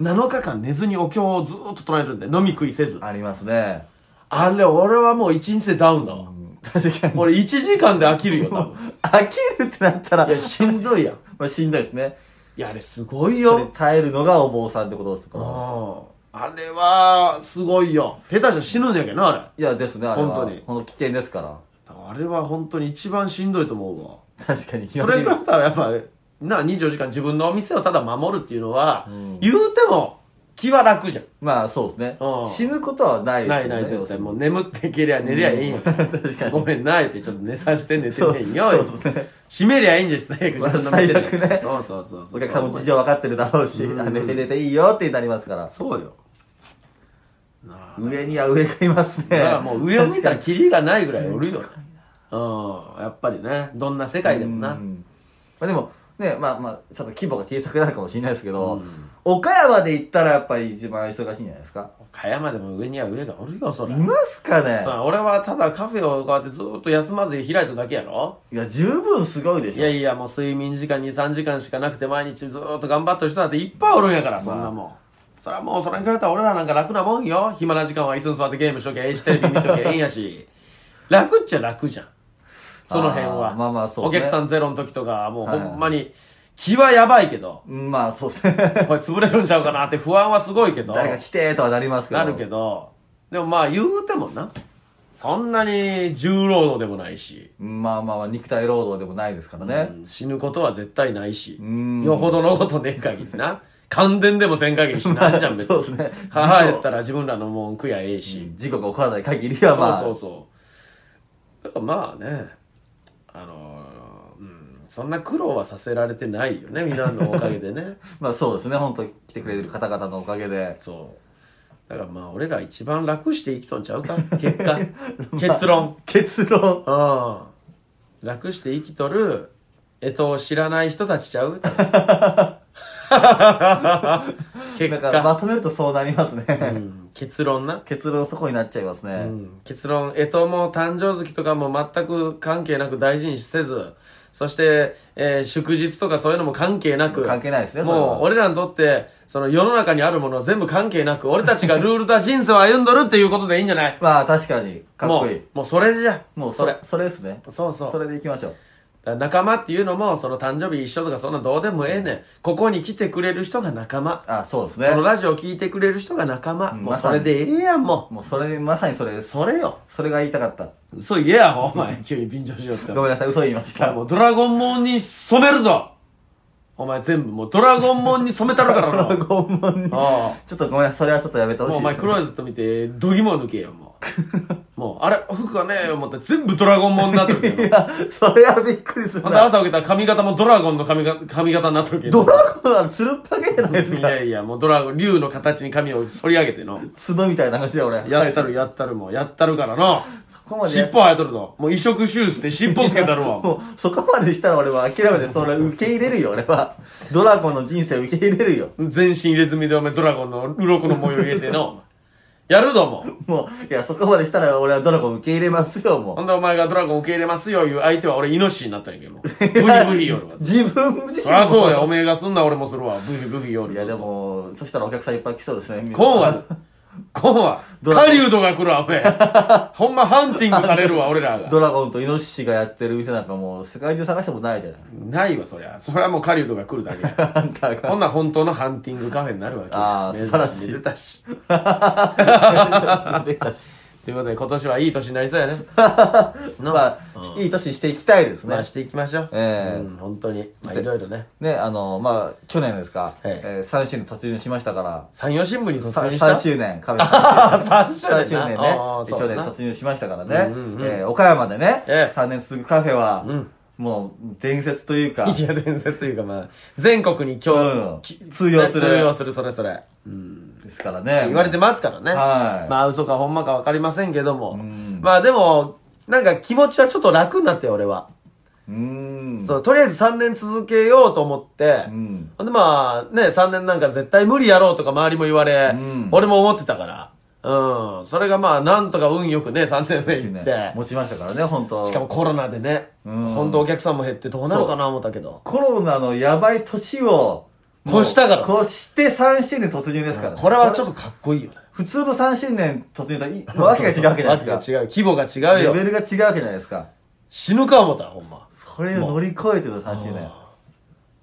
7日間寝ずにお経をずーっと唱えるんで、飲み食いせず。
ありますね。
あれ、俺はもう1日でダウンだわ。
確かに。
俺1時間で飽きるよ、多 分。
飽きるってなったら
い、や、しんどいやん。い
まあしんどいですね。
や、あれすごい
それ
よ。
耐えるのがお坊さんってことですか
ああれは、すごいよ。下手したら死ぬんやけどな、あれ。
いや、ですね、あれは。
本当に
この危険ですから。
だからあれは本当に一番しんどいと思うわ。
確かに。
それ比べたらやっぱ、な、24時間自分のお店をただ守るっていうのは、言うても気は楽じゃん。
まあ、そうですね
う。ん
死ぬことはないです
な
よ
い
ね。
ない絶対。もう
う。
眠ってけりゃ寝りゃええんや。 ごめんないって、ちょっと寝させて寝てねんよ。
そうそうですね
閉めりゃいいんじゃん、最悪
まあ
自分の店で。
最悪ね
そうそうそうそう。
お客さんも事情分かってるだろうし、あ寝て寝ていいよってなりますから。
そうよ。
上には上がいますね。
だからもう上を見たらキリがないぐらいおるよね。うん、やっぱりね、どんな世界でもな。
うんまあでも、ね、まあまあ、ちょっと規模が小さくなるかもしれないですけど、岡山で行ったらやっぱり一番忙しいんじゃないですか。
岡山でも上には上がおるよ、そ
い
ら。
ますかね
さあ、俺はただカフェをこうやってずっと休まずに開いただけやろ
いや、十分すごいで
い
し
や
ょ。
いや、もう睡眠時間2、3時間しかなくて毎日ずっと頑張ってる人なんていっぱいおるんやから、そんなもん。そりゃもうそれに比べたら俺らなんか楽なもんよ。暇な時間は椅子に座ってゲームしとけ、テレビ見とけ、ええんや し。楽っちゃ楽じゃん。その辺は。
あーまあまあそうね
お客さんゼロの時とか、もうほ
はいはい
んまに、気はやばいけど、
うんまあ、そうです ね。
これ潰れるんちゃうかなって不安はすごいけど。
誰か来てとはなりますけど。
なるけど、でもまあ言うてもな、そんなに重労働でもないし、
まあまあまあ、肉体労働でもないですからね。
死ぬことは絶対ないし、
ん
よほどのことねえ限りな、感電でもせん限り死なんじゃん、別に。
そうですね
母やったら自分らのもん食やええし、
事故が起こらない限りはまあ、
そうそうそう。だからまあね、あのーうん、そんな苦労はさせられてないよね、みんなのおかげで ね。
まあそうですね、本当に来てくれる方々のおかげで。
そう。だからまあ俺ら一番楽して生きとんちゃうか、結 果。結論。
結論。
うん。楽して生きとる、えとを知らない人たちちゃ う結
だから
果、
まとめるとそうなりますね。
うん結論な。
結論そこになっちゃいますね。
うん結論、えとも誕生月とかも全く関係なく大事にせず、そして、えー祝日とかそういうのも関係なく、
関係ないですねそれは
もう俺らにとって、その世の中にあるもの全部関係なく、俺たちがルールだ人生を歩んどるっていうことでいいんじゃない
まあ確かに、かっこ
も。、
いいう
もうそれじゃ。
もうそ
そ
れ
れ、。
それですね。
そうそう。
それで行きましょう。
だから仲間っていうのも、その誕生日一緒とかそんなどうでもええねん。ここに来てくれる人が仲間。
あ、そうですね
こ。のラジオ聞いてくれる人が仲間。
ん
もう
ま
そ
さに
れでええやん、も
もうそれ、まさにそれ、
う。
そ
それよ。
それが言いたかった。
嘘言えや、お前。急に便乗しようって。
ごめんなさい、嘘言いました。
もうドラゴンモンに染めるぞお前全部もうドラゴンモンに染めたるからな。
ドラゴンボールに
ああ
ちょっとごめんなさい、それはちょっとやめてほしい
もうお前
です
クローゼット見て、どぎも抜けよ、も う。もう、あれ、服がねえよ、思ったら全部ドラゴンモンになってるけど。
いや、それはびっくりする
また
な。
朝起きたら髪型もドラゴンの髪が髪型になっとるけ
ド
ど。
ラゴンはつるっぱげじゃないです
い
か。
やいや、もうドラゴン、竜の形に髪を反り上げて の。
角みたいな話だ、俺。
やったる、やったるもう、やったるからの。
そこまで。
尻尾生えとるの。もう移植手術で尻尾つけたるわ。
もう、そこまでしたら俺は諦めて、それ受け入れるよ、俺は。ドラゴンの人生受け入れるよ。
全身入れ墨でお前ドラゴンの鱗の模様入れての。 やるども。
もう、いや、そこまでしたら俺はドラゴン受け入れますよ、も
ほ
う。
んでお前がドラゴン受け入れますよ、いう相手は俺イノシシになったんやけど。ブヒブヒよ るわ。
自分自
そ
身
りゃそうや、お
よ。
めえがすんな俺もするわ。ブヒブヒよる。
いや、で。も、そしたらお客さんいっぱい来そうですね。
コンは、コンは、
ドラゴン
狩人が来るわ、おめえ。ほんまハンティングされるわ、俺らが。
ドラゴンとイノシシがやってる店なんかもう、世界中探してもないじゃ ない。
ないわ、そりゃ。それはもう狩人が来るだけや。
あんた
こ
が。
んなん本当のハンティングカフェになるわけ
あー素晴らしい
珍に出たし。
出たし
ということで、今年はいい年になりそうやね。
まあ、いい年していきたいです
ま
ね
あ、。していきましょう。
ええ
うん、本当に。まあ、いろいろね。
ね、あの、まあ、去年ですか、
ええ
えー、3周年突入しましたから、
山陽新聞に突入した。
3周年、亀
あ
3
あ、3周
周年
年な。
ね、
ああそう
去
だ
年
な
突入しましたから
う
ね、
んうんうん
えー岡山でね、
ええ
3年続くカフェは、
うん
もう伝説というか
い、や、伝説というか、まあ、全国に
う
今
ん
日、き
通用する
通用する、それそれ。うん。
ですからね。
言われてますからね。
はい
まあ、嘘かほんまかわかりませんけども
ん。
まあ、でも、なんか気持ちはちょっと楽になったよ、俺は。
うーん。
そう、とりあえず3年続けようと思って
う、ん。
ほんでまあ、ね、3年なんか絶対無理やろうとか周りも言われ、
うん
俺も思ってたから。うん。それがまあ、なんとか運よくね、3年目行って。
持ちましたからね、本当
しかもコロナでね、
うん
ほんとお客さんも減ってどうなるかな思ったけど。
コロナのやばい年を、
越したから
もう越して3周年突入ですから、
これはちょっとかっこいいよね。
普通の3周年突入といわけが違うわけじゃないで
わ
す
け
か。
が違う。規模が違う
レ
よ
ベ。ルが違うわけじゃないですか。
死ぬか思った、ほんま。
それを乗り越えての3周年。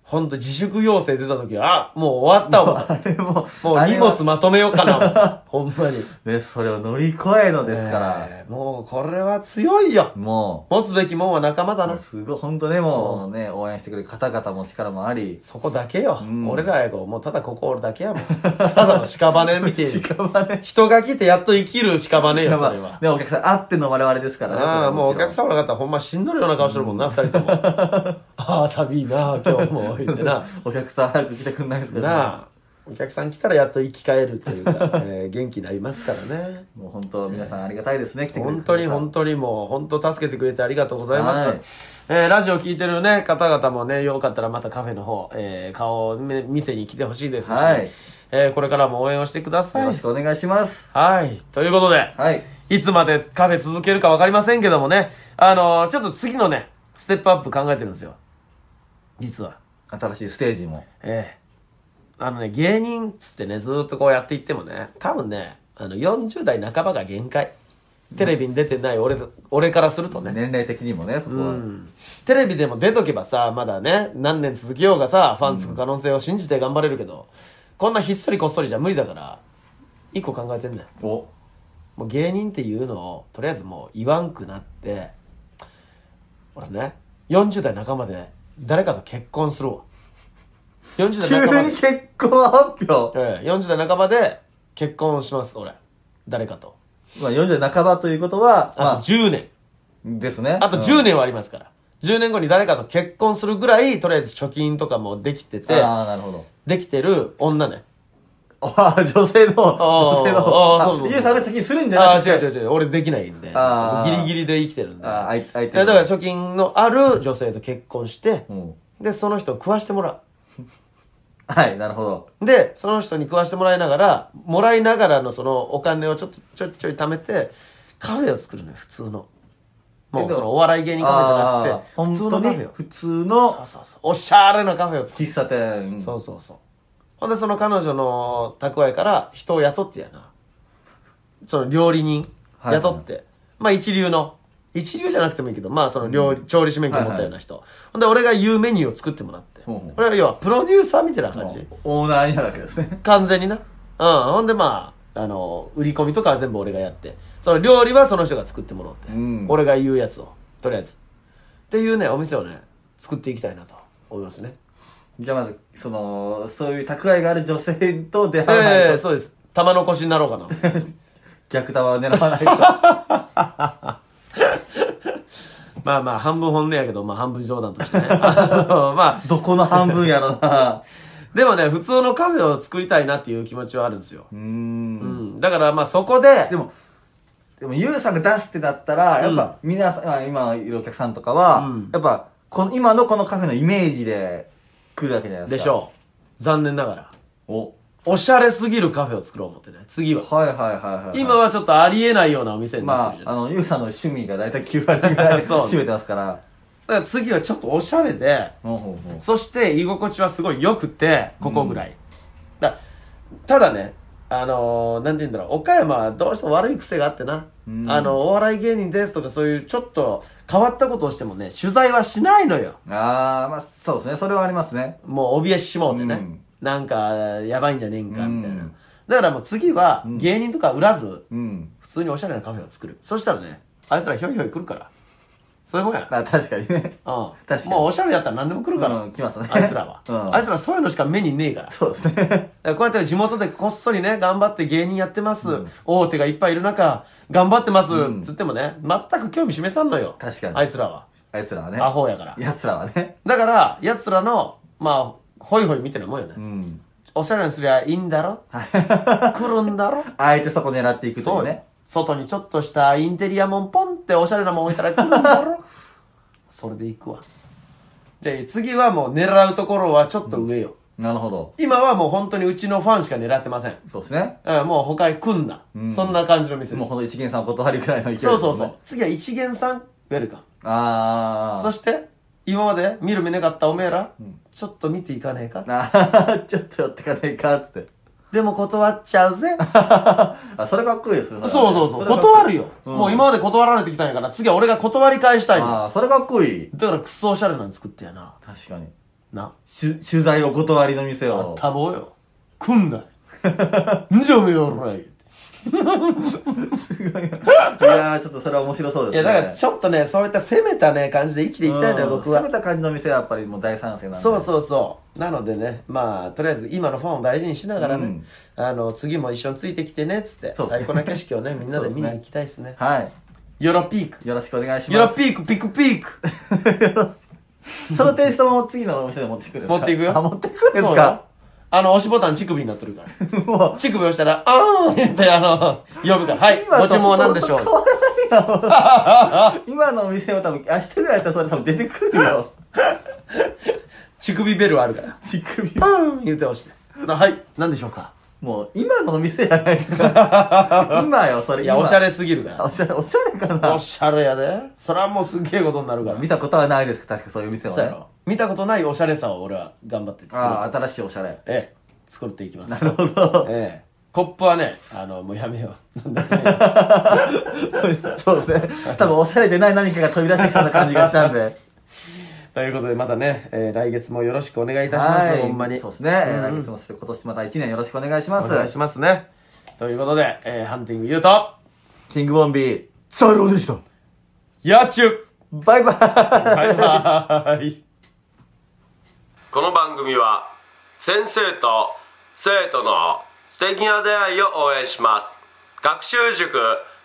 ほんと自粛要請出た時は、あ、もう終わった思った
あれも、
もう荷
あれ
物
は
まとめようかな思った、ほんまに。
ね、それを乗り越えのですから、
えーもうこれは強いよ。
も
持つべきもんは仲間だ
う、
な。
すごい、本当ね、もうね、応援してくれる方々も力もあり、
そこだけよ。
ん
俺らやご、もうただここ俺だけやもん。ただの 屍みてえに。
屍。
人が来てやっと生きる屍よ、
や
そ
ば
れ
い
は。。
で、お客さんあっての我々ですからね。それ
ああ、
は
もうお
ちろん
客様の方ほんましんどるような顔してるもんな、二人とも。 ああ、寂いな、今日も、言って な。
お客さん早く来てくんないですか
な
ら、
あ、お客さん来たらやっと生き返るというか、えー元気になりますからね。
もう本当、皆さんありがたいですね、来てくれる
本
方
当に本当にもう、本当助けてくれてありがとうございます。
はい
えーラジオ聞いてるね、方々もね、よかったらまたカフェの方、えー顔をね店に来てほしいですし、
はい
えーこれからも応援をしてくださ
よろ
い
し。くお願いします。
はい。ということで、
はい。
いつまでカフェ続けるかわかりませんけどもね、あのーちょっと次のね、ステップアップ考えてるんですよ。実は。
新しいステージも。
ええあのね、芸人っつってね、ずーっとこうやっていってもね、多分ね、あの、40代半ばが限界。テレビに出てない俺、俺からするとね。
年齢的にもね、そこは。
テレビでも出とけばさ、まだね、何年続けようがさ、ファンつく可能性を信じて頑張れるけど、こんなひっそりこっそりじゃ無理だから、一個考えてんだよ。
お、
もう芸人っていうのをとりあえずもう言わんくなって俺ね40代半ばで誰かと結婚するわ40
急
代半ばで、
に結婚発 表。
ええ40代半ばで結婚します俺誰かと
まあ、40代半ばということは、
あ
まあ
と、10年、
ですね。
あと10年はありますから、10年後に誰かと結婚するぐらいとりあえず貯金とかもできてて
ああ、なるほど。
できてる女ね
ああ、女性の、女性の。
あーそうそうそう
ゆうさんが貯金するんじ
あ
ゃ
あ
なくて。
違う違う違う俺できないんで
あー
ギリギリで生きてるんで
あーあい相手
いやだから貯金のある女性と結婚して、
うん
でその人を食わしてもら
はい、なるほど。
うでその人に食わしてもらいながらもらいながらのそのお金をちょっとちょいちょい貯めてカフェを作るのよ普通のもうそのお笑い芸人カフェじゃなくて
あー
普通のカ
本当
フェ
に
を
普通の
そうそうそうおしゃれなカフェを作る、
喫茶店。
そうそうそうほんでその彼女の蓄えから人を雇ってやなその料理人
はい
雇って、まあ一流の一流じゃなくてもいいけどまあその料理、調理師免許持ったような人、ほんで俺が言うメニューを作ってもらって、
ほうほう
俺は要はプロデューサーみたいな感じ、
オーナーになるわけですね。
完全になうんほんでまああの売り込みとかは全部俺がやってその料理はその人が作ってもらって、
うん
俺が言うやつをとりあえずっていうねお店をね作っていきたいなと思いますね
じゃあまず、その、そういう蓄えがある女性と出会わない
え
と。
えそうです。玉残しになろうかな。
逆玉を狙わない
まあまあ、半分本音やけど、まあ半分冗談としてね。 あのまあ、
と。どこの半分やろ な。
でもね、普通のカフェを作りたいなっていう気持ちはあるんですよ。
うー。
うんん。だからまあそこで、
でも、でも、ゆうさんが出すってなったら、やっぱ、皆さん、まあ今いるお客さんとかは、
うん
やっぱ、この、今のこのカフェのイメージで来るわけじゃないで
ですし
か。
ょう。残念ながら。
お。
おしゃれすぎるカフェを作ろう思ってね。次は。
はいはいはいはい。
今はちょっとありえないようなお店になって
ま
るじゃ
あ、
な
あ
い、
の、ゆうさんの趣味が大体9割ぐらい
そう
占めてますから。
だから次はちょっとおしゃれで、
ほうほうほう
そして居心地はすごい良くて、ここぐらい。だただね、あのーなんて言うんだろう、岡山はどうしても悪い癖があってな、
うん
あの、お笑い芸人ですとかそういうちょっと変わったことをしてもね、取材はしないのよ。
ああ、まあ、そうですね。それはありますね。
もう怯えしもうてね、
うん
なんか、やばいんじゃねえんか、みたいな。
うん
だからもう次は、
ん
芸人とか売らず、
うん。
普通におしゃれなカフェを作る。そしたらね、あいつらひょいひょい来るから。そういうもんや。
まあ、確かにね。
うん。
確かに
もうおしゃれやったら何でも来るから。
うん来ますね
あいつらは。
うん
あいつらそういうのしか目にねえから。
そうですね。
だからこうやって地元でこっそりね、頑張って芸人やってます。大手がいっぱいいる中、頑張ってます。
うん
つってもね、全く興味示さんのよ。
確かに
あいつらは。
あいつらはね。
アホやから。
奴らはね。
だから、奴らの、まあ、ホイホイみたいなもんよね。
うん。
おしゃれにすりゃいいんだ ろ来るんだろ
あえてそこ狙っていくとい
そうう
ね
ね。。外にちょっとしたインテリアもんポンっておしゃれなもん置いたら来るんだ ろそれで行くわ。じゃあ次はもう狙うところはちょっと上よ。
なるほど。
今はもう本当にうちのファンしか狙ってません。
そうですね。
うん、もう他へ来んな。
ん
そんな感じの店で
もう
す。
この一元さんお断りくらいの勢いですね
そうそうそう。。次は一元さん、ウェルカム。
ああ。
そ
し
して、今まで見る見なかったおめえら、ちょっと見ていかねえか。
あー ちょっとやってかねえか、つって。
でも断っちゃう ぜ。
あ、それかっこいいですね。
そう
れはね
そうそう。
れかっこ
断るよ。
うん
もう今まで断られてきたんやから、次は俺が断り返したいの。
ああ、それかっこいい。
だからクソおしゃれなん作ってやな。
確かに。
な。
し取材お断りの店を。
多忙よ。来ん な。んじゃおめえおらい。
いやー、ちょっとそれは面白そうで
い
すね。
や、だからちょっとね、そういった攻めたね、感じで生きていきたいのよ、
うん
僕は
攻。めた感じの店はやっぱりもう大賛成なんで。
そうそうそう。なのでね、まあ、とりあえず今のファンを大事にしながらね、
うん
あの、次も一緒についてきてね、つって、
そうですね
最高な景色を ね、みんなで
そうです
見
ね
に行きたいですね。
は
ヨロピーク。
い。よろしくお願いし
ヨロ
ます。
ピーク、ピクピーク。
そのテイストも次のお店で持ってくるんですか
持っていくよ。
あ、持ってくるんです
そうよ
か
あの、押しボタン乳首になってるから。
もう、
乳首押したら、あーんって、あの、呼ぶから。はい、
今と
ご注文は何でしょう
ほとんど変わらないよ。今のお店は多分、明日ぐらいだったらそれ多分出てくる よ。
乳首ベルはあるから。
乳首。
パーン言うて押して。なはい、何でしょうか
もう、今のお店じゃないで すか。今よ、それ。
いや、
今
おしゃれ。すぎるか。
おしゃれ、おしゃれから
お
な。
しゃれやで。それはもうすげえことになるから。
見たことはないですけど確かそういう店は
そうや
ね。
ろ見たことないおしゃれさを俺は頑張って作る
ああ、新しいおしゃれ。
ええ作っていきます
なるほど。
ええコップはねあのもうやめよう なんだろうね
そうですね。多分おしゃれでない何かが飛び出してきそうな感じがしたんで。
ということでまたね、えー来月もよろしくお願いいたします、ほんまに
そうですね。えー来月もそして今年また1年よろしくお願いしま
お願い
す
し。ますねということで、えーハンティング言うと
キングボンビー、サルオでした。
野中
バイバイ。
バイバイ
この番組は先生と生徒の素敵な出会いを応援します学習塾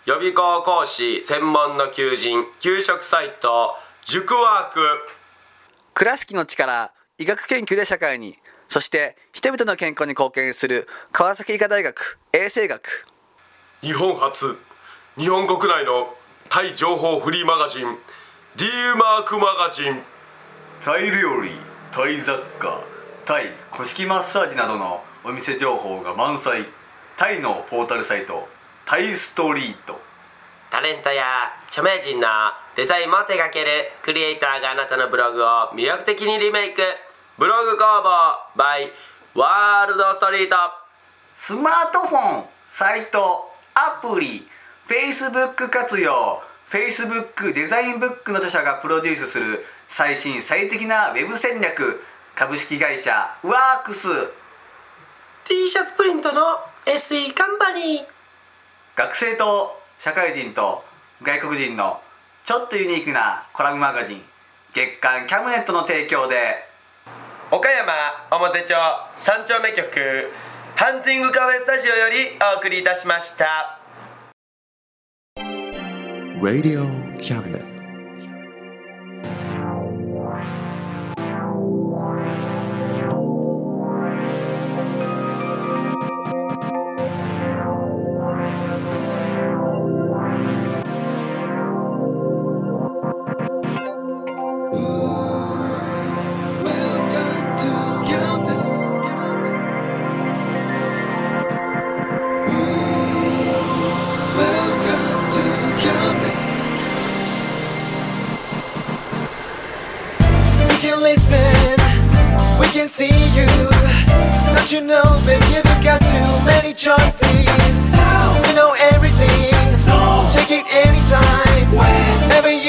予備校講師専門の求人給食サイト塾ワーク
倉敷の力医学研究で社会にそして人々の健康に貢献する川崎医科大学衛生学
日本初日本国内のタイ情報フリーマガジン D マークマガジン
タイ料理タイ雑貨タイ古式マッサージなどのお店情報が満載タイのポータルサイトタイストリート
タレントや著名人のデザインも手掛けるクリエイターがあなたのブログを魅力的にリメイクブログ工房 by ワールドストリート
スマートフォンサイトアプリ Facebook 活用 Facebook デザインブックの著者がプロデュースする最新最適なウェブ戦略株式会社ワークス
T シャツプリントの SE カンパニー
学生と社会人と外国人のちょっとユニークなコラムマガジン月刊キャムネットの提供で
岡山表町三丁目局ハンティングカフェスタジオよりお送りいたしました。
Radio Cabinet.
We can listen, we can see you. Don't you know, baby, you've got too many choices. Now we know everything, so check it anytime, whenever you